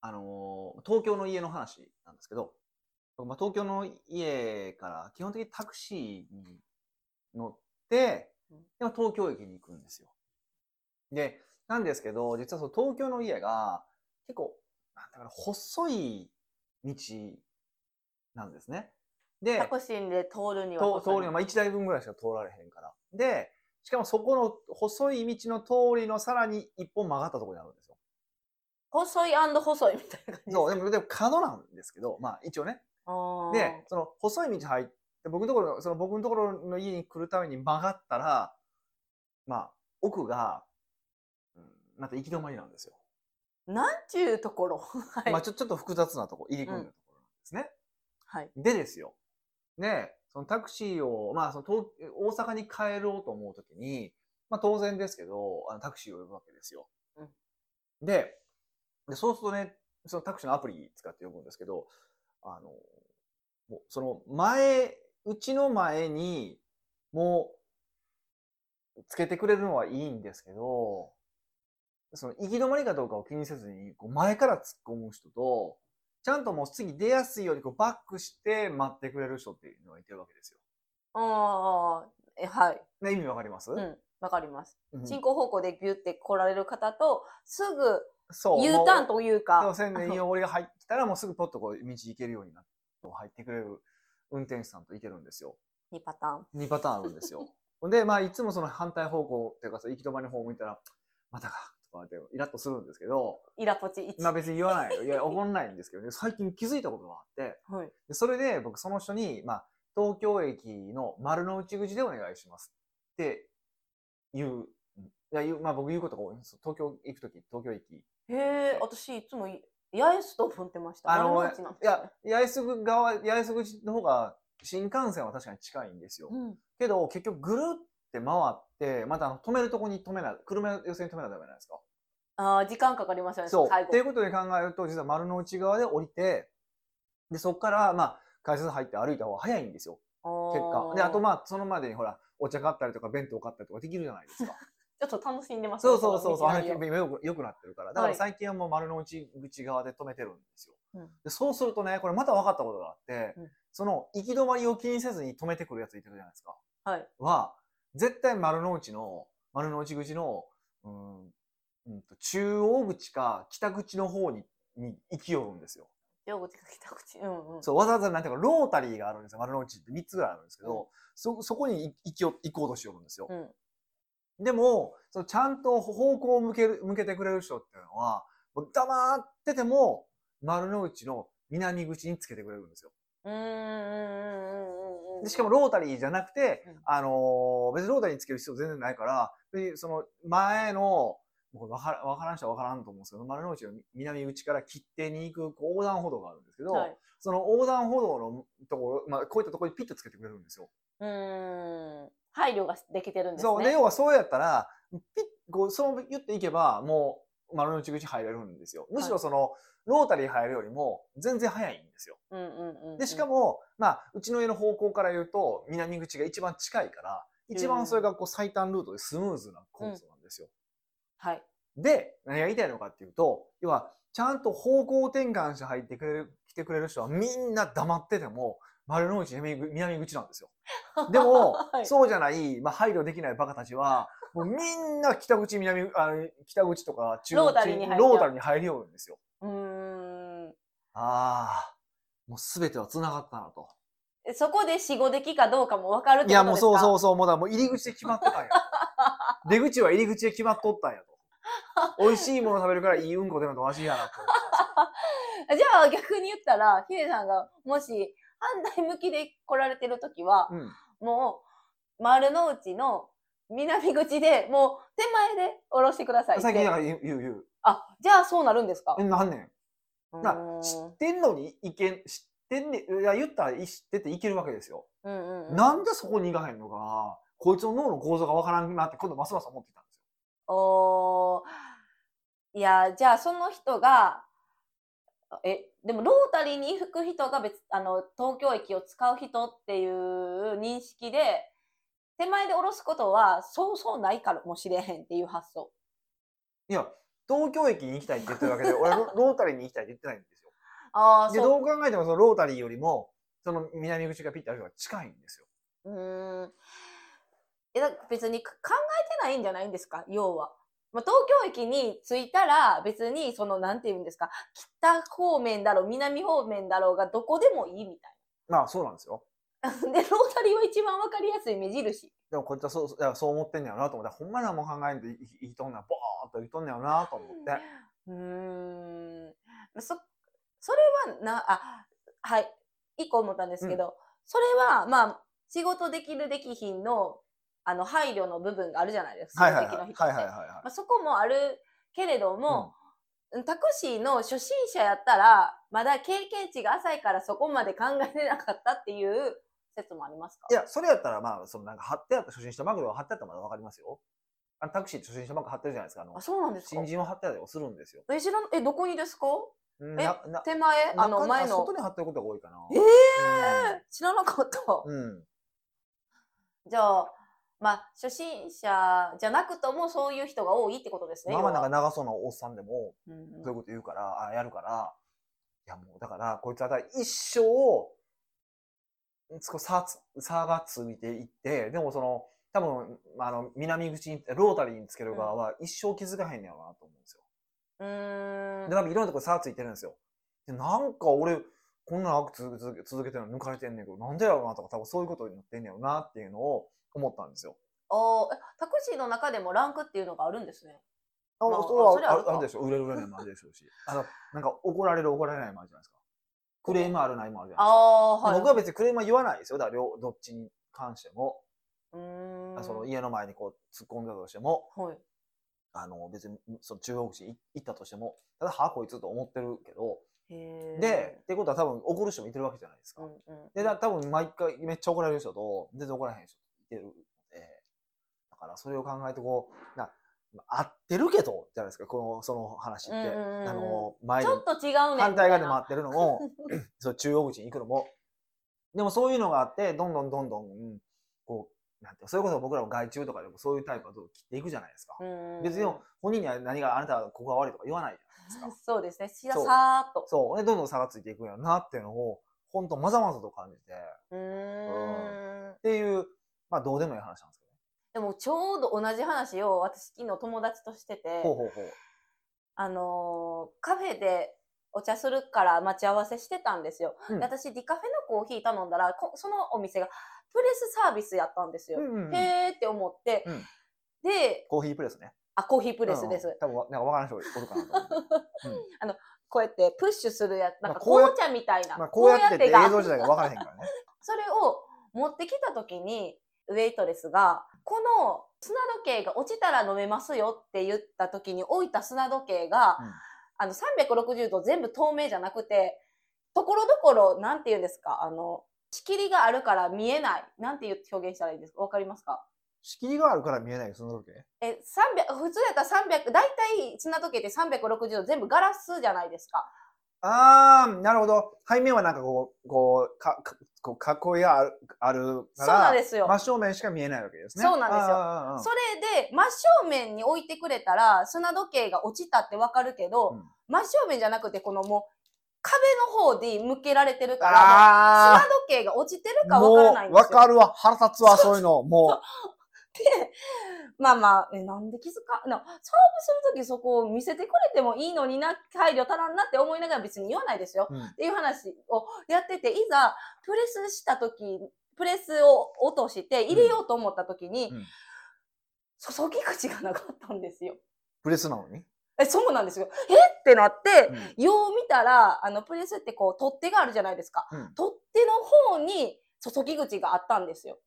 あのー東京の家の話なんですけど、まあ、東京の家から基本的にタクシーに乗って、でも東京駅に行くんですよ。で、なんですけど、実はその東京の家が結構、なんだかな、細い道なんですね。で、タクシーで通るにはと通りの、まあ、1台分ぐらいしか通られへんから。で、しかもそこの細い道の通りのさらに一本曲がったところにあるん ですよ。細い細いみたいな感じそう、でも、でも角なんですけど、まあ一応ね。あーで、その細い道入って、僕のところ、その僕のところの家に来るために曲がったら、まあ奥が、うん、なんて行き止まりなんですよ。なんちゅうところ はい、まあちょちょっと複雑なとこ、入り組んだところなんですね。はい、でですよ。で、そのタクシーを、まあ、その東大阪に帰ろうと思うときに、まあ当然ですけど、あのタクシーを呼ぶわけですよ。うんでで、そうするとね、そのタクシーのアプリ使って呼ぶんですけど、あの、もうその前、うちの前に、もう、つけてくれるのはいいんですけど、その行き止まりかどうかを気にせずに、こう前から突っ込む人と、ちゃんともう次出やすいようにこうバックして待ってくれる人っていうのがいてるわけですよ。あーえはいね、意味わかります、うんわかります、うん進行方向でギュって来られる方とすぐそう U ターンというかもう線で汚れが入ったらもうすぐポッとこう道行けるようになって入ってくれる運転手さんといてるんですよ。 2パターン2パターンあるんですよ。ほんで、まあ、いつもその反対方向っていうかさ、行き止まりの方向いたら、またか、とかってイラッとするんですけど、イラポチ1、まあ別に言わないよ。いや、怒んないんですけどね、最近気づいたことがあって、はい、でそれで僕その人に、まあ、東京駅の丸の内口でお願いしますって言う。いや言うまあ、僕言うことが多いんです東京行くとき、東京駅。へえ私いつもい八重洲と思ってましたあの丸の内なんですいねや、八重洲側、八重洲口の方が新幹線は確かに近いんですよ。うんけど、結局ぐるって回って、またあの止めるとこに止めない、車寄せに止めないとダメなんですか。あー時間かかりますよねそう。最っていう後ことで考えると、実は丸の内側で降りて、で、そこから、まあ、改札入って歩いた方が早いんですよ。結果。で、あとあまあ、そのまでにほら、お茶買ったりとか、弁当買ったりとかできるじゃないですか。ーちょっと楽しんでますそうそうそうそう、あのれ道結のり構を今よくよくなってるから。だからはい最近はもう丸の内口側で止めてるんですよ。うんでそうするとね、これまた分かったことがあって、うんその行き止まりを気にせずに止めてくるやついてるじゃないですか。はいは、絶対丸の内の、丸の内口の、うーん、うんと中央口か北口の方に、に行きよるんですよ。両口か北口うんうんそう、わざわざなんていうか、ロータリーがあるんですよ。丸の内って3つぐらいあるんですけど、そ、そこに行きよ行こうとしよるんですよ。うんでも、そのちゃんと方向を向ける、向けてくれる人っていうのは、もう黙ってても、丸の内の南口につけてくれるんですよ。うーんうんうんうんうんでしかもロータリーじゃなくて、うんあのー別にロータリーにつける必要全然ないから、でその前の、もうわからわからん人はわからんと思うんですけど、丸の内の南口から切手に行くこう横断歩道があるんですけど、はいその横断歩道のところ、まあ、こういったところにピッとつけてくれるんですよ。うーん配慮ができてるんですねそう。で、要はそうやったら、ピッ、こう、その言っていけば、もう、丸の内口入れるんですよ。むしろその、ロータリー入るよりも、全然早いんですよ。うんうんうんうんで、しかも、まあ、うちの家の方向から言うと、南口が一番近いから、一番それがこう最短ルートでスムーズなコースなんですよ。はいで、何が言いたいのかっていうと、要は、ちゃんと方向転換して入ってくれる、来てくれる人はみんな黙ってても、丸の内南口南口なんですよ。でも、 はいそうじゃない、まあ、配慮できないバカたちは、もうみんな北口南、あの北口とか中ロータリーに入るロータリーに入りよるんですよ。うーんああ、もうすべては繋がったなと。えそこで死後できかどうかも分かるってこいとですかや、もうそうそうそう、もうだ、もう入り口で決まってたんや。出口は入り口で決まっとったんやと。美味しいもの食べるからいいうんこ出るのと同じやなと。じゃあ逆に言ったらヒデさんがもし反対向きで来られてる時は、うん。もう丸の内の南口でもう手前で降ろしてくださいって最近だから言う、言う、言うあじゃあそうなるんですかえ。なんねん。うなーん知ってんのにいけん、知ってんね、いや、言ったらい知ってていけるわけですよ。うんうんうんなんでそこに行かへんのかな。こいつの脳の構造がわからんなって、今度ますます思ってきたんですよ。おーいやじゃあその人がえでもロータリーに行く人が別あの東京駅を使う人っていう認識で手前で降ろすことはそうそうないからもしれへんっていう発想いや、東京駅に行きたいって言ってるわ けで、俺はロロータリーに行きたいって言ってないんですよ。ああ、で、そどう考えてもそのロータリーよりも、その南口がピッてあるのが近いんですよ。う。うーん。え、だ別にか考えてないんじゃないんですか要は。まあ、東京駅に着いたら別にそのなんて言うんですか北方面だろう南方面だろうがどこでもいいみたいまあそうなんですよ。な。 でロータリーは一番わかりやすい目印。でもこっちはそう、いやそう思ってんねやろなと思って、ほんまに何も考えんといいいとんな、ボーっといとんねやろなと思って。うーん。そ、それはな、あ、はい。一個思ったんですけど、それは、まあ、仕事できるできひんの、あの、配慮の部分があるじゃないですか。はいはいはい。そのはい時の人はっいてはいまはあ、そこもあるけれどい。も、タクシーの初心者やったら、まだ経験値が浅いからそこまで考えてなかったっていう説もありますかいや、それやったら、まあ、そのなんか貼ってあった初心者マークとか貼ってあったらまだわかりますよ。あのタクシーって初心者マーク貼ってるじゃないですか。あのあ、そうなんですか新人を貼ってあったりもするんですよ。え、知らん、え、どこにですかうんえなな手前あ中の、に前の外。に貼ってることが多いかな。え知らなかった。うんうん。じゃあ、まあ、初心者じゃなくともそういう人が多いってことですね。まあまあ要なんか長はそうなおっさんでも、うんうんそういうこと言うから、あやるから、いやもうだから、こいつはだから一生、そこ差つ、差がついていって、でもその、多分、あの、南口に、ロータリーにつける側は一生気づかへんねやろうなと思うんですよ。うーんで、多分いろんなところ差ついてるんですよ。で、なんか俺、こんな悪続け続け続けてるの抜かれてんねんけど、なんでやろうなとか、多分そういうことになってんねやろうなっていうのを思ったんですよ。おーえタクシーの中でもランクっていうのがあるんですね。あ、まあそれはそれあはあるるかあるでしょ。売れる売れないもあるでしょうし。あの、なんか怒られる怒られないもあるじゃないですか。クレームあるないもあるじゃないですか。ああー、ではい。僕は別にクレームは言わないですよ。だから両、どっちに関しても、うーんその家の前にこう突っ込んだとしても、はい。あの、別にその中央口に行ったとしても、ただ、はあ、こいつと思ってるけど、へーで、ってことは多分怒る人もいてるわけじゃないですかうん。うん、で、だ多分毎回めっちゃ怒られる人と、全然怒らへん人いてるので、だからそれを考えてこう、なまあ合ってるけど、じゃないですか、この、その話って。うんうんうんあの、前ちでょっと違うね。反対側でも合あってるの も、そう中央口に行くのも。でもそういうのがあって、どんどんどんどん、うんこう、なんていうのそれこそ僕らも外注とかでもそういうタイプはどう切っていくじゃないですか。別に本人には何があなたはここが悪いとか言わないじゃないですか。そうですね。しさそうーっと。そう。で、どんどん差がついていくんやなっていうのを、ほんとまざまざと感じて。うーん。っていう、まあどうでもいい話なんですでもちょうど同じ話を私昨日友達としててけど、ね。ほうほうほう。あのーカフェでお茶するから待ち合わせしてたんですよ。うんで私ディカフェのコーヒー頼んだらこそのお店がプレスサービスやったんですよ。うんうんうんへーって思って、うんでコーヒープレスね。あコーヒープレスです、うんうん多分わなんかわからん人おるかなと思 って。こうやってプッシュするやつなんかまあこうやっ紅茶みたいな、まあこうやってって映像が自体がわからへんからね。それを持ってきた時にウェイトレスがこの砂時計が落ちたら飲めますよって言った時に置いた砂時計が、うんあの360度全部透明じゃなくてところどころなんて言うんですかあの仕切りがあるから見えないなんて言う表現したらいいんですかわかりますか仕切りがあるから見えないけど、その時計。え300普通やったら300大体砂時計って360度全部ガラスじゃないですか。あー、なるほど。背面はなんかこう、こう、か、かこう囲いがあるあるかそうら、なんですよ。真正面しか見えないわけですね。そうなんですよあーあーあーそれで真正面に置いてくれたら砂時計が落ちたってわかるけど、うん真正面じゃなくてこのもう壁の方で向けられてるからもう砂あ時計が落ちてるーかわからないんもう、でわすかよ。るわ。腹立つわ、そういうの。もまあまあえなんで気づかな勝負する時そこを見せてくれてもいいのにな配慮足らんなって思いながら別に言わないですよ。う。うんっていう話をやってていざプレスした時プレスを落として入れようと思った時に、うんうん注ぎ口がなかったんですよ。プレスなのに。えそうなんですよ。えってなってう、んよう見たらあのプレスってこう取っ手があるじゃないですか。うん取っ手の方に注ぎ口があったんですよ。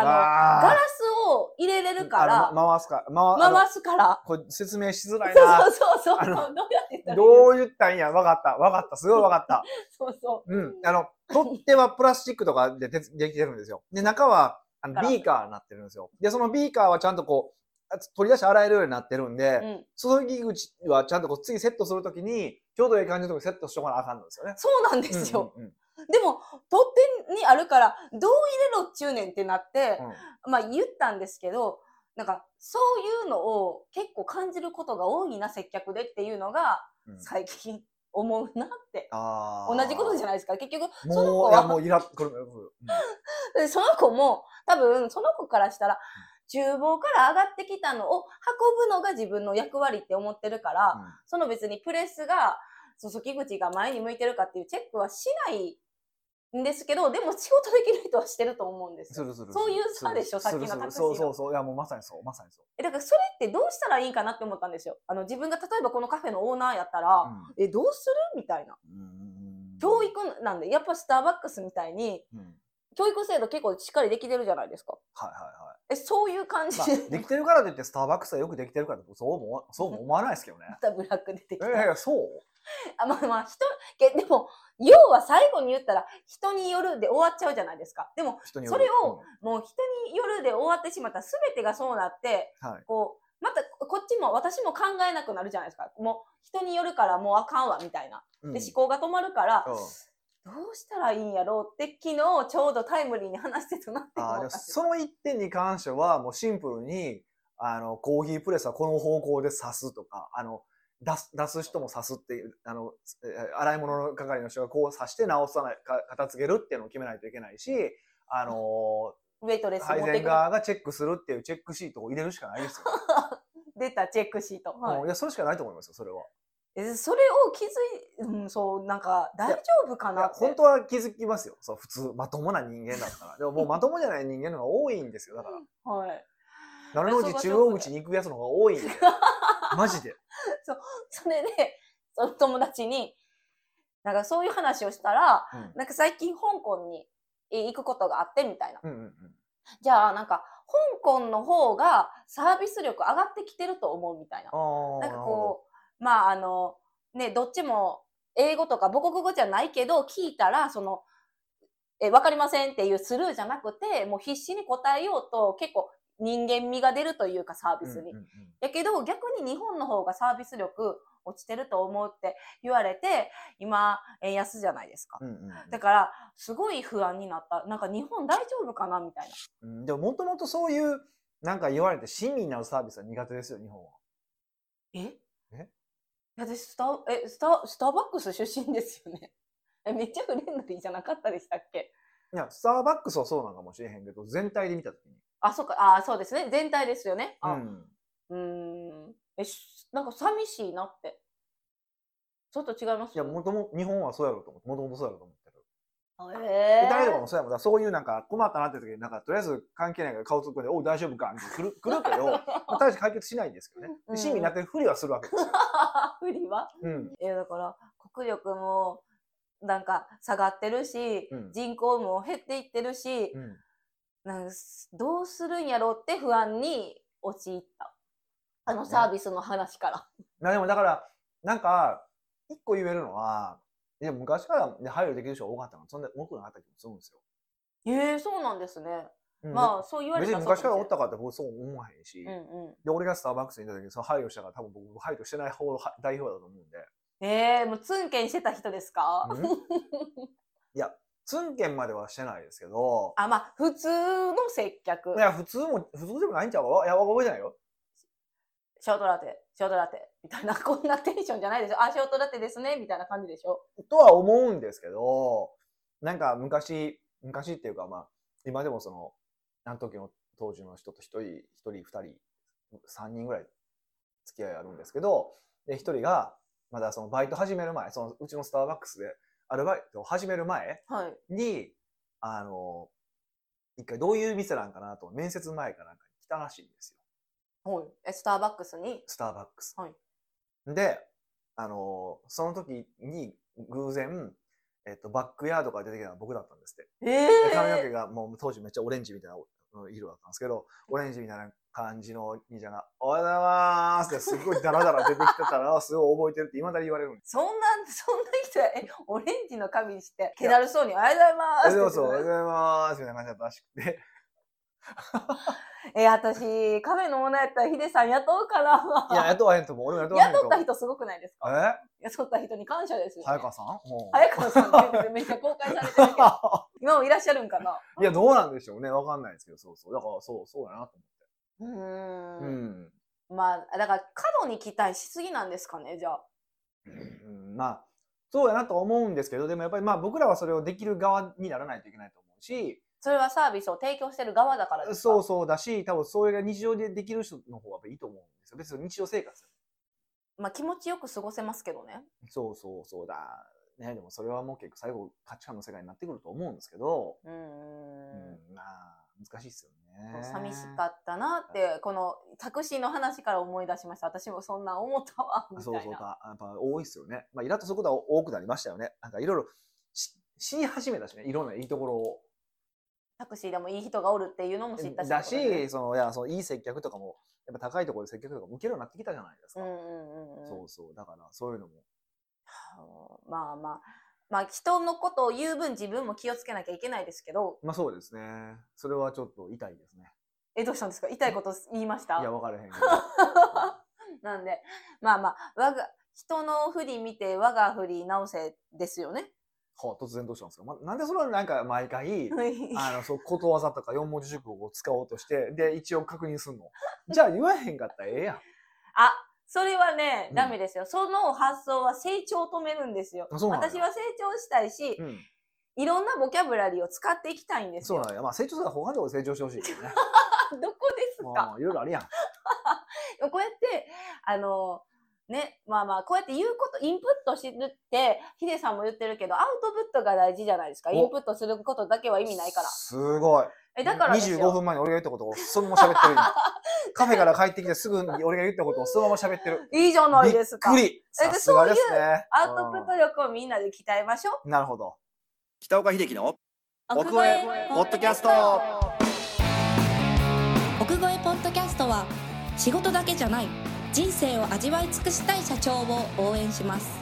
あのあーガラスを入れれるかあら、の回すか。回あの回すから。これ説明しづらいなそう。そうそうそう。あどうのやって言ったらいいどのう言ったんや、わかった、わかった、すごいわかった。そうそううん。あの、取っ手はプラスチックとかででできてるんですよ。で、中はあのガラスビーカーになってるんですよ。で、そのビーカーはちゃんとこう、あ取り出して洗えるようになってるんで、うん。注ぎ口はちゃんとこう次セットするときに、ちょうどいい感じのとこセットしとかなあかんのですよね。そうなんですよ。うんうんでも、取っ手にあるから、どう入れろっちゅうねんってなってう、んうんまあ言ったんですけど、なんかそういうのを結構感じることが多いな接客でっていうのがうん最近思うなって、あ同じことじゃないないですか結局その子もう、いや、もはうイラッ、これ、うんでその子も多分その子からしたら厨房から上がってきたのを運ぶのが自分の役割って思ってるから、うんその別にプレスが注ぎ口が前に向いてるかっていうチェックはしないんですけどでも仕事できる人はしてると思うんですすよ。るする。そういう差でしょするさっきのタクシーがするそうそうそう。いや、もうまさにそう、まさにそう。えだからそれってどうしたらいいかなって思ったんですよ。あの自分が例えばこのカフェのオーナーやったら、えどうするみたいなうん教育なんでやっぱスターバックスみたいにうんはい教育制度結構しっかりできてるじゃないですか。はいはい。えそういう感じまで、あ、 できてるからといってスターバックスはよくできてるからとそうもそうも思わないですけどねま。たブラック出てきいた。やいやそうあまあまあ人けでも要は最後に言ったら人によるで終わっちゃうじゃないですか。でも人にそれを、もう人によるで終わってしまったら全てがそうなって、はいこうまたこっちも私も考えなくなるじゃないですかもう人によるからもうあかんわみたいなうんで思考が止まるから、うんうんどうしたらいいんやろうって昨日ちょうどタイムリーに話してたなって思あーったでんもですその一点に関してはもうシンプルにあのコーヒープレスはこの方向で刺すとかあの出す出す人も刺すっていうあのえー洗い物の係の人がこう刺して直さないか片付けるっていうのを決めないといけないし。あのウェイトレース配持って膳くる側がチェックするっていうチェックシートを入れるしかないですよ、出たチェックシート、 はいうんいやそれしかないと思いますよそれはえそれを気づい、うん、そうなんか大丈夫かいなやって本当は気づきますよそう普通まともな人間だったらでももうまともじゃない人間の方が多いんですよだからはい、 奈良の内中央口に行くやつの方が多いんでマジでそれでその友達になんかそういう話をしたらうんなんか最近香港に行くことがあってみたいな。うんうんうんじゃあなんか香港の方がサービス力上がってきてると思うみたいな。ああなんかこうまああのねどっちも英語とか母国語じゃないけど聞いたらその「え分かりません」っていうスルーじゃなくてもう必死に答えようと結構人間味が出るというかサービスに。やけど逆に日本の方がサービス力落ちてると思うって言われて今円安じゃないですか。だからすごい不安になったなんか日本大丈夫かなみたいなうんでももともとそういうなんか言われて親身になるサービスは苦手ですよ日本はええいや私スタえスタスターバックス出身ですよね えめっちゃフレンドリーじゃなかったでしたっけいやスターバックスはそうなんかもしれへんけど全体で見た時にあそうかあそうですね全体ですよねうあんうんんえしなんか寂しいなってちょっと違いますいやもとも日本はそうやろうと思ってもともとそうやろうと思ってるえイタリアとかー、もそうやもんだからそういうなんか困ったなって時になんかとりあえず関係ないから顔つぶんで「おう大丈夫か」みたいな来る来るけど まあ大して解決しないんですけどねうんで親身になってるふりはするわけですよ。不利はうんいやだから国力もなんか下がってるし、うん人口も減っていってるし、うんなんかすどうするんやろうって不安に陥った。あのサービスの話から。まあでもだからなんか一個言えるのはいや昔から、ね、配慮できる人が多かったのそんな多くなかった気もするんですよ。ええそうなんですね。うんまあそう言われ別たに昔からおったかかって僕そう思わへんし、ら。うんうん。で俺がスターバックスにいた時にその配慮したから多分僕配慮してない方の代表だと思うんでええもうツンケンしてた人ですか、うんいやツンケンまではしてないですけ どあ、まあ普通の接客い。や普通も普通でもないんちゃうかいや覚えてないよ。ショートラテ、ショートラテ。みたいな、 こんなテンションじゃないでしょ。あ、ショートラテですね。みたいな感じでしょ。とは思うんですけど、なんか昔、昔っていうかまあ、今でもその、あの時の当時の人と一人、一人、二人、三人ぐらい付き合いあるんですけど、で、一人が、まだそのバイト始める前、そのうちのスターバックスでアルバイトを始める前はい。に、あの、一回どういう店なんかなと、面接前かなんかに来たらしいんですよ。はい。えスターバックスに。スターバックス。はいで、あのその時に偶然、えっと、バックヤードから出てきたのは僕だったんですって。えで髪の毛えがもう当時めっちゃオレンジみたいなうん色だったんですけど、オレンジみたいな感じの兄ちゃんが、おはようございますってすごいダラダラ出てきてたら、すごい覚えてるって未だに言われるんです。そんな、そんな人、え、オレンジの髪にして、気だるそうに、おはようございまおすはってよう言ごってたざいの。ますみたいな感じだったらしくて、えー、私、カフェのオーナーやったらヒデさん雇うかいや、な。雇わへんと思う。俺も雇わへんと思雇っう。た人すごくないですかえ雇った人に感謝ですよ、ね。早川さんうん早川さ んってめっちゃ公開されてるけど、今もいらっしゃるんかな。いや、どうなんでしょうね。わかんないですけど、そうそう。だから、そう、そうだなと思って。ううーん。ん。まあ、だから過度に期待しすぎなんですかね、じゃあ。うんまあ、そうやなとは思うんですけど、でもやっぱりまあ僕らはそれをできる側にならないといけないと思うし、それはサービスを提供してる側だからですかそうそうだし、多分それが日常でできる人の方がやっぱいいと思うんですよ。別に日常生活。まあ気持ちよく過ごせますけどね。そうそうそうだ。ね、でもそれはもう結構最後価値観の世界になってくると思うんですけど、うー。うんん、まあ難しいですよもうね。寂しかったなって、このタクシーの話から思い出しました。私もそんな思ったわ、みたいそうな。そうか、やっぱ多いですよね。まあ、イラッとすることは多くなりましたよね。なんかいろいろし知り始めたしね、いろんないいところを。タクシーでもいい人がおるっていうのも知ったし。だってことでし、そのいやそのいい接客とかも、やっぱ高いところで接客とかも受けるようになってきたじゃないですうか。んうんうんうん。そうそう、だからそういうのも。まあまあ。まあ人のことを言う分自分も気をつけなきゃいけないですけど、まあそうですね。それはちょっと痛いですね。え、どうしたんですか痛いこと言いましたいや、分からへんけど。 なんで、まあまあ、我が、人の振り見て我が振り直せですよね。はあ、突然どうしたんですか、ま、なんでそれはなんか毎 回、あの、そう、ことわざとか四文字熟語を使おうとして、で、一応確認すんの。じゃあ言わへんかったらええやん。あ、それはねう、んダメですよ。その発想は成長を止めるんですよ。あそうなんや 私は成長したいし、うん。いろんなボキャブラリーを使っていきたいんですそうよ。なんや。まあ成長するから他のところで成長してほしいけ どね。どこですかまあいろいろあるやん。こうやって、あの、ね、まあまあ、こうやって言うこと、インプットしてるって、ヒデさんも言ってるけど、アウトプットが大事じゃないですか。おインプットすることだけは意味ないから。すごい。え、だからです25よ。分前に俺が言ったことをそのまま喋 ってる。カフェから帰ってきてすぐに俺が言ったことをそのまま喋ってる。いいじゃないですか。びっくり。えさすがですね。アウトプット力をみんなで鍛えましょう。うんなるほど。北岡秀樹の奥越えポッドキャスト奥越えポッドキャストは仕事だけじゃない人生を味わい尽くしたい社長を応援します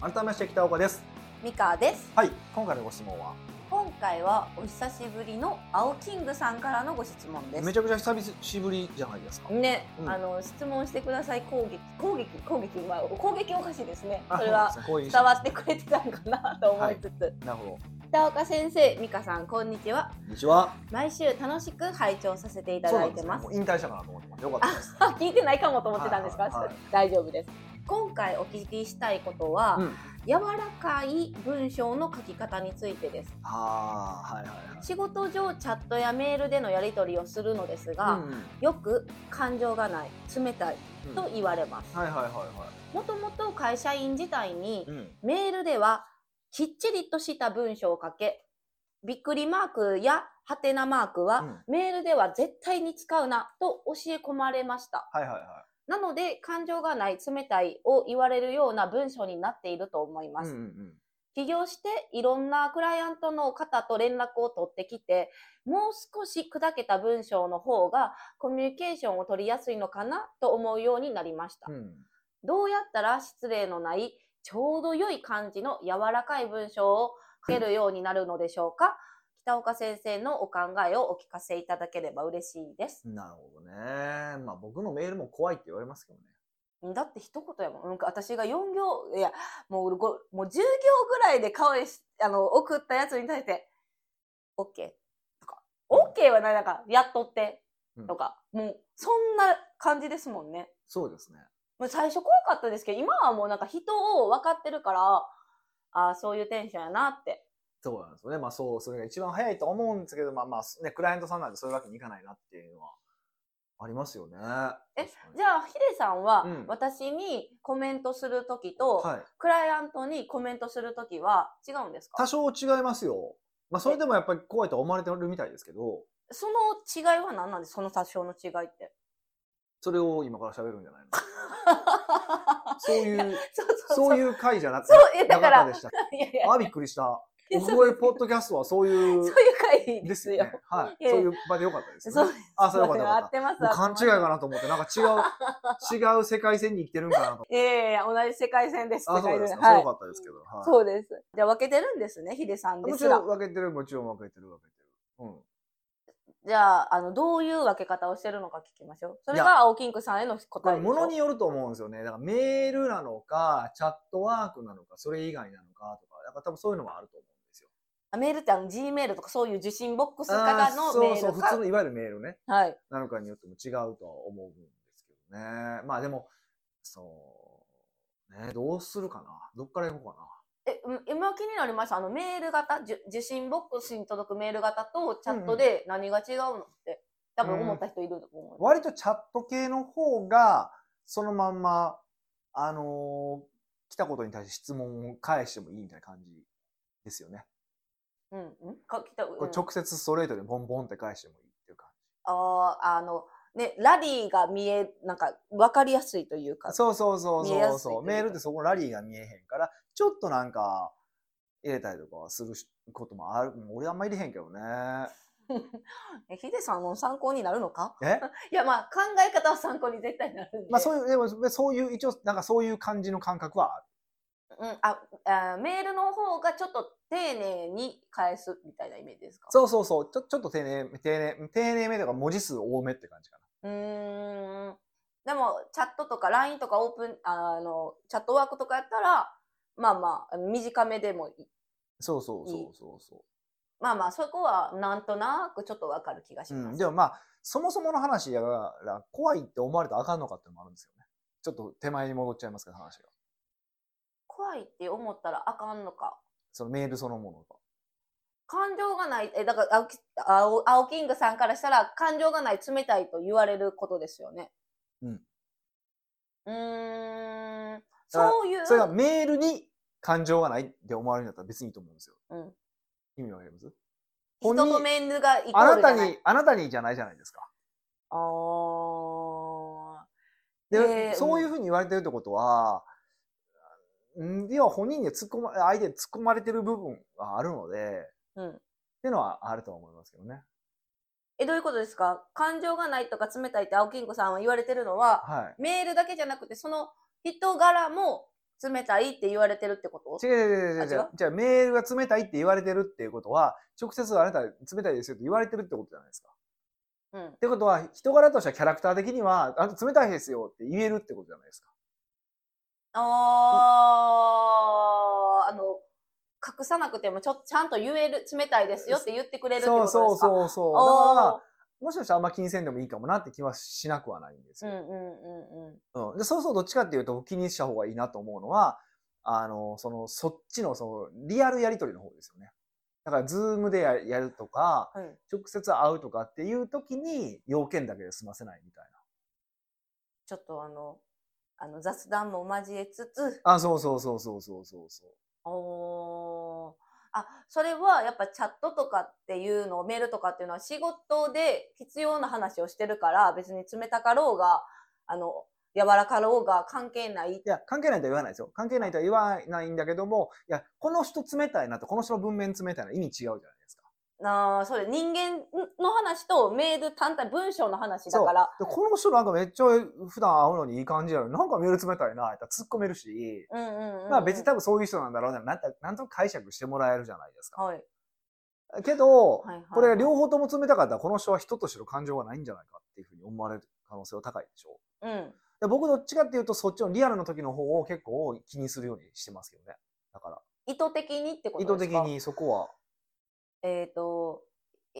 改めまして北岡です。ミカです。はい。今回のご質問は今回はお久しぶりの青キングさんからのご質問でめす。ちゃくちゃ久しぶりじゃないですか。ね、うんあの質問してください攻撃攻撃攻撃まあ攻撃おかしいですね。あそれはそうですねこういう意識伝わってくれてたのかなと思いつつ、なるほど。北岡先生、ミカさんこんにちは。こんにちは。毎週楽しく拝聴させていたそうだないんでてすね。ますも。う引退したかなと思ってます。よかったです。あ 聞いてないかもと思ってたんですか、はいはいはい大丈夫です今回お聞きしたいことは、うん柔らかい文章の書き方についてですああ、はいはいはい。仕事上チャットやメールでのやり取りをするのですが、よく感情がない冷たいうんと言われます、はいはいはいはもともと会社員時代にい。うん。メールではきっちりとした文章を書けびっくりマークやハテナマークは、メールでは絶対に使うなと教え込まれましたはいはいはなので感情がない冷たいを言われるような文章になっていると思いまい。す、うんうん起業していろんなクライアントの方と連絡を取ってきてもう少し砕けた文章の方がコミュニケーションを取りやすいのかなと思うようになりました、うん。うん。どうやったら失礼のないちょうど良い感じの柔らかい文章を書けるようになるのでしょうか北岡先生のお考えをお聞かせいただければ嬉しいですなるほどね。まあ僕のメールも怖いって言われますけどね。だって一言やもん。なんか私が4行、いや、もうごもう10行ぐらいで顔し、あの、送ったやつに対して、OK とか、OK はない、なんか、やっとってうんとか、もう、そんな感じですもんね。そうですね。もう最初怖かったですけど、今はもうなんか人を分かってるから、ああ、そういうテンションやなって。そうなんですよね。まあそう、それが一番早いと思うんですけど、まあまあ、ね、クライアントさんなんでそういうわけにいかないなっていうのはありますよね。え確かにじゃあ、ヒデさんはうん、私にコメントするときと、はい。クライアントにコメントするときは違うんですか多少違いますよ。まあそれでもやっぱり怖いとは思われてるみたいですけど、その違いは何なんですかその多少の違い って。それを今から喋るんじゃないのそういう、そうそう そそうう。いう回じゃなくそうえだなかかったらでした。いやいや、あ、びっくりした。いや奥そう越えポッドキャストはそういうそういう回でですすよよ。ね。はいやい。そういう場でよかったですそようねで。す。あ、それよかったよか合ったっ。てます。もう勘違いかな。なと思って、なんか違 う、違う世界線に生きてるんかなと思って。いやいやいや、同じ世界線です。あ、そ世う界です線か。そはれよいか。ったですけど。はいそうです。じゃあ分けてるんですね、ヒデさんでもすちらろん。分けてる、もちろん分けてる、分けてる。うん。じゃあ、あの、どういう分け方をしてるのか聞きましょう。それいやが青キンクさんへのこ答えれ、でしょ。ものによると思うんですよね。だからメールなのか、チャットワークなのか、それ以外なのかとか、だから多分そういうのもあると思うんですよ。あメールってあの G メールとかそういう受信ボックスあからーのそうメーそうル普通かのいわゆるメールねはいなのかによっても違うとは思うんですけどねまあでもそうねどうするかなどっから行こうかなえうん今気になりましたあのメール型受受信ボックスに届くメール型とチャットで何が違うのって多分思った人いると思う、割とチャット系の方がそのまんまあのー来たことに対して質問を返してもいいみたいな感じですよね、うんうんか来たうんこれ直接ストレートでボンボンって返してもいいっていう感あーあのねラリーが見えなんか分かりやすいというかじそうそうそう見えそやうすいとそいううかメールってそこラリーが見えへんからちょっとなんか入れたりとかはするしこともある俺あんま入れへんけどねえヒデさんの参考になるのかえ いやまあ考え方は参考に絶対なるんで、まあそういう、いう、でもそういう、一応、なんかそういう感じの感覚はある。ん、ああメールの方がちょっと丁寧に返すみたいなイメージですかそうそうそう。ちょちょっと丁寧、丁寧、丁寧めとか文字数多めって感じかうーんでもチャットとか LINE とかオープンあのチャットワークとかやったらまあまああの短めでもいいな。そうそういいそうそうそまあまあそこはなんとなくちょっとわかる気がしう。うます。ん。でもまあ、そもそもの話やから、怖いって思われたらあかんのかってのもあるんですよね。ちょっと手前に戻っちゃいますけど、話が。怖いって思ったらあかんのかそのメールそのものが。感情がないえだから青木青青キングさんからしたら感情がない冷たいと言われることですよね。うん。うーんだからそういうそれがメールに感情がないって思われるんだったら別にいいと思うんですよ。うん意味わかります人とメールがイコあーなルじたゃないに、あなたにじゃないじゃないですか。あーで、えーそういうふうに言われてるってことは、うん要は本人に突っ込ま、相手に突っ込まれてる部分があるので、うんっていうのはあるとは思いますけどね。え、どういうことですか感情がないとか冷たいって青金子さんは言われてるのは、はメールだけじゃなくて、その人柄も冷たいって言われてるってことい。違う違う違う違あ違うう。じゃあメールが冷たいって言われてるっていうことは、直接あなた冷たいですよって言われてるってことじゃないですか。っうん。てことは、人柄としてはキャラクター的には、あなた冷たいですよって言えるってことじゃないですか。あー、あの、隠さなくてもちょちゃんと言える、冷たいですよって言ってくれるってことそでうすかそうそうそう。だおーから、もしかしたらあんま気にせんでもいいかもなって気はしなくはないんですうよ。んうんうんうん。うん、でそうそうどっちかっていうと気にした方がいいなと思うのはあのそのそっちのそのリアルやり取りの方ですよね。だからズームでややるとかうん、直接会うとかっていう時に要件だけで済ませないみたいちょっとあの、あの雑談も交えつつ、な。あそうそうそうそうそうそうそう。おーあそれはやっぱチャットとかっていうのメールとかっていうのは仕事で必要な話をしてるから別に冷たかろうがあの柔らかろうが関係ないいや関係ないとは言わないですよ。関係ないとは言わないんだけどもいやこの人冷たいなとこの人の文面冷たいな意味違うじゃないですか。なあそれ人間の話とメール単体文章の話だからでこの人なんかめっちゃ普段会うのにいい感じやのになんかメール冷たいなって突っ込めるし。うんうんうんうんまあ別に多分そういう人なんだろうな、なんたなんとなく解釈してもらえるじゃないですか。はいけど、はいはいこれが両方とも冷たかったら、この人は人としての感情がないんじゃないかっていうふうに思われる可能性は高いでしょうんう。で僕どっちかっていうと、そっちのリアルの時の方を結構気にするようにしてますけどね。だから、意図的にってこ意と図です的かにそこは。えっ、と、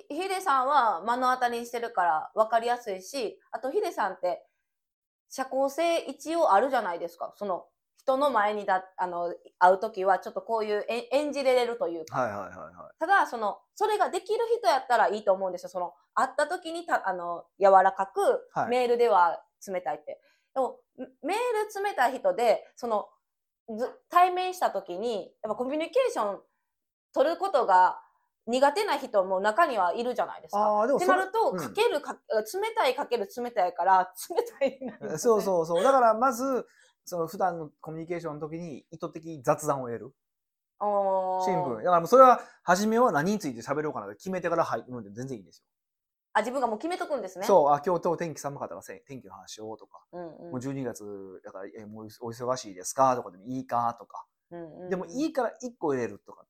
ひヒデさんは目の当たりにしてるから分かりやすいし、あとヒデさんって社交性一応あるじゃないですか。その人の前にだあの会うときはちょっとこういうえ演じれれるというか。はいはいはいはい。ただ、その、それができる人やったらいいと思うんですよ。その、会った時にた、あの、柔らかく、はいメールでは冷たいって。でも、メール冷たい人で、その、ず対面した時に、やっぱコミュニケーション取ることが苦手な人も中にはいるじゃないですか。ああ、でってなると、うんかけるか、冷たいかける冷たいから、冷たいになるんですそようねそうそう。だからまず、その普段のコミュニケーションの時に意図的に雑談を得る。おー新聞。だからもうそれは、初めは何について喋ろうかなって決めてから入るので全然いいんですよ。あ、自分がもう決めとくんですね。そう、あ、今日と天気寒かったからせ天気の話しようとか、うんもう12月だから、え、もうお忙しいですかとかでもいいかとか、うん。でもいいいから1個入れるとかっ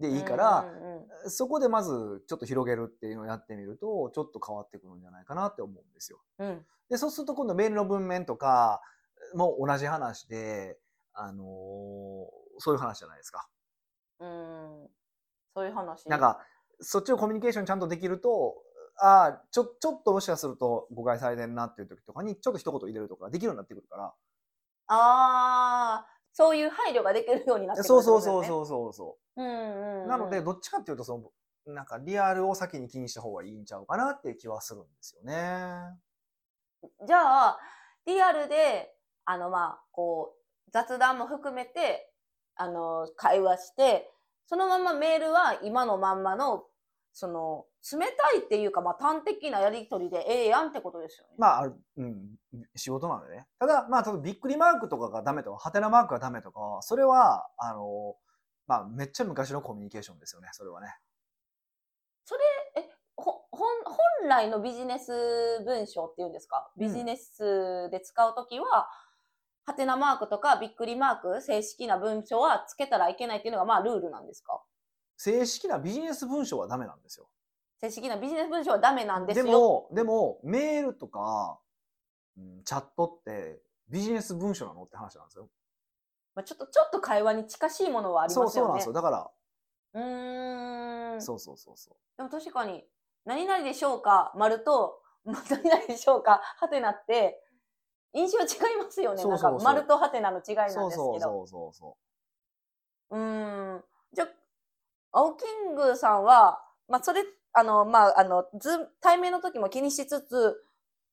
ていう話。で、いいから、、うんうんそこでまずちょっと広げるっていうのをやってみると、ちょっと変わってくるんじゃないかなって思うんですよ。うんうんで、そうすると今度メールの文面とかも同じ話で、あのーそういう話じゃないですか。うんそういう話。なんか、そっちのコミュニケーションちゃんとできると、ああ、ちょ、ちょっともしかすると誤解されてんなっていう時とかに、ちょっと一言入れるとかできるようになってくるから。ああ、そういう配慮ができるようになってくるそうそうそうう。そうそうそうんうう。ん。なので、、どっちかっていうと、その、なんかリアルを先に気にした方がいいんちゃうかなっていう気はするんですよね。じゃあ、リアルで、あの、まあ、こう、雑談も含めて、あの、会話して、そのままメールは今のまんまの、その、冷たいっていうか、まあ、端的なやりとりでええやんってことですよね。まあ、あるうん、仕事なんでね。ただ、まあ、例えばびっくりマークとかがダメとか、ハテナマークがダメとか、それは、あの、まあ、めっちゃ昔のコミュニケーションですよね、それはね。ほ本本来のビジネス文章っていうんですかビジネスで使うときは、ハテナマークとかびっくりマーク正式な文章はつけたらいけないっていうのがまあルールなんですか正式なビジネス文章はダメなんですよ。正式なビジネス文章はダメなんですでよも、でも、メールとか、うんチャットってビジネス文章なのって話なんですよ。まあ、ちょっとちょっと会話に近しいものはありそまうすそうよなんねですよ。だから、うーんそうそうそうそう。でも確かに「何々でしょうか?」丸と 「ま何々でしょうか?」ハテナって印象違いますよねそうそうそうなんか丸とハテナの違いなんですけそどうそうそうそうそうーん。じゃあ、青キングさんは、まあ、それ、あの、まあ、あの、ズーム対面の時も気にしつつ、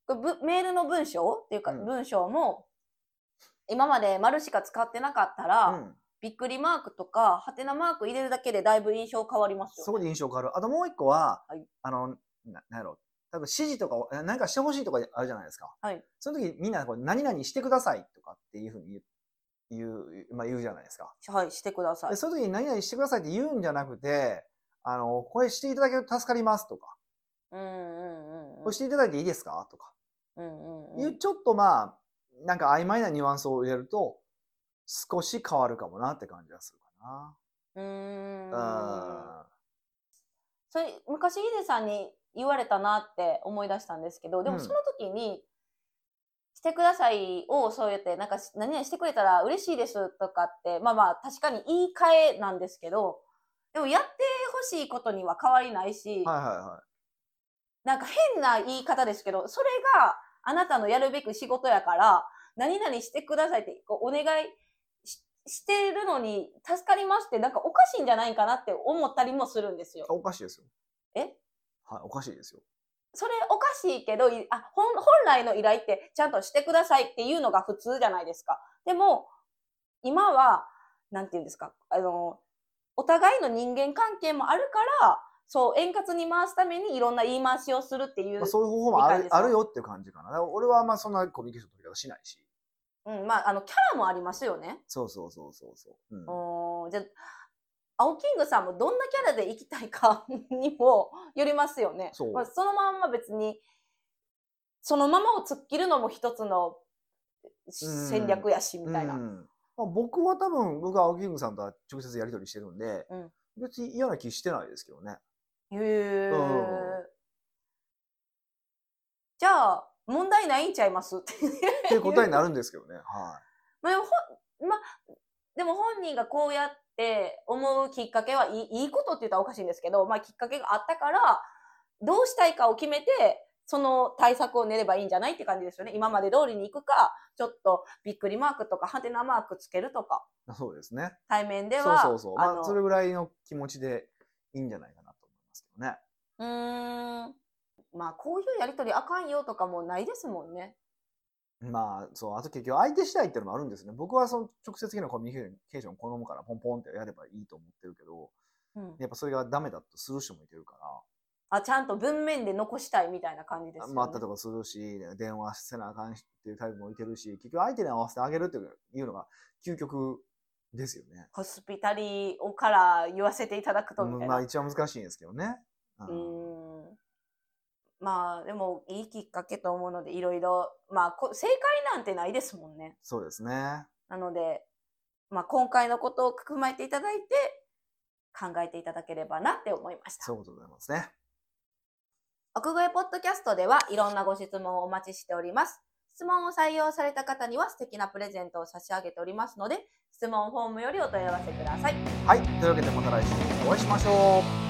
これぶメールの文章っていうか、うん文章も、今まで丸しか使ってなかったら、う。うん。びっくりマークとか、はてなマーク入れるだけでだいぶ印象変わりますよ、ね。そこで印象変わる。あともう一個は、はいあの、ななんやろ多分指示とかを、何かしてほしいとかあるじゃないですか。はいその時みんなこう、何々してくださいとかっていうふうに言う、言うまあ、言うじゃないですか。はい、してくださいで、。その時に何々してくださいって言うんじゃなくて、あの、これしていただけると助かりますとか、うんうんうんうん。これしていただいていいですかとか、うんうん。いううんちょっとまあ、なんか曖昧なニュアンスを入れると、少し変わるかもなって感じがするかうーんな。それ昔ヒデさんに言われたなって思い出したんですけどでうもんその時に「してください」をそうやってなんかし「何々してくれたら嬉しいです」とかってまあまあ確かに言い換えなんですけどでもやってほしいことには変わりないし、うん。はいはいはい。なんか変な言い方ですけどそれがあなたのやるべき仕事やから何々してくださいってこうお願いししてるのに助かりますってなんかおかしいんじゃないかなって思ったりもするんですよ。おかしいですよ。えはい、おかしいですよ。それおかしいけど、いあ本本来の依頼ってちゃんとしてくださいっていうのが普通じゃないですか。でも、今は、なんて言うんですか、あの、お互いの人間関係もあるから、そう、円滑に回すためにいろんな言い回しをするっていう、まあ、そういう方法もあ理解でるすかあるよっていう感じかな。だから俺はあんまそんなコミュニケーション取り方しないし。うん、まあ、あの、キャラもありますよね。そうそうそうそうそう。うんおーじゃあ、青キングさんもどんなキャラで生きたいか にもよりますよね。そうまあ、そのまんま別に、そのままを突っ切るのも一つのうん戦略やし、みたいな。うんまあ、僕は多分、僕は青木キングさんとは直接やり取りしてるんで、うん別に嫌な気してないですけどね。へえうん。じゃあ、問題ないんちゃいますっていう答えになるんです けどね。はまあでもほんまでも本人がこうやって思うきっかけはいいいいことって言ったらおかしいんですけど、まあ、きっかけがあったからどうしたいかを決めてその対策を練ればいいんじゃないって感じですよね今まで通りに行くかちょっとびっくりマークとかハテナマークつけるとかい。そうですね。対面でそうはそうそう。あまのあ、それぐらいの気持ちでいいんじゃないかなと思いますけどね。うーんまあこういうやり取りあかんよとかもないですもんね。まあ、そう、あと結局相手次第っていうのもあるんですね。僕はその直接的なコミュニケーションを好むからポンポンってやればいいと思ってるけど、うんやっぱそれがダメだとスルーしてもいてるから、あちゃんと文面で残したいみたいな感じですよね。まあ、あったとかするし、電話せなあかんしっていうタイプもいてるし、結局相手に合わせてあげるっていうのが究極ですよね。ホスピタリーをから言わせていただくとみたいまな。あ、一番難しいんですけどね。ううんんまあでもいいきっかけと思うのでいろいろまあこ正解なんてないですもんね。そうですね。なので、まあ、今回のことを踏まえていただいて考えていただければなって思いました。そういうことでございますね。奥越えポッドキャストではいろんなご質問をお待ちしております。質問を採用された方には素敵なプレゼントを差し上げておりますので、質問フォームよりお問い合わせください。はい、というわけでまた来週お会いしましょう。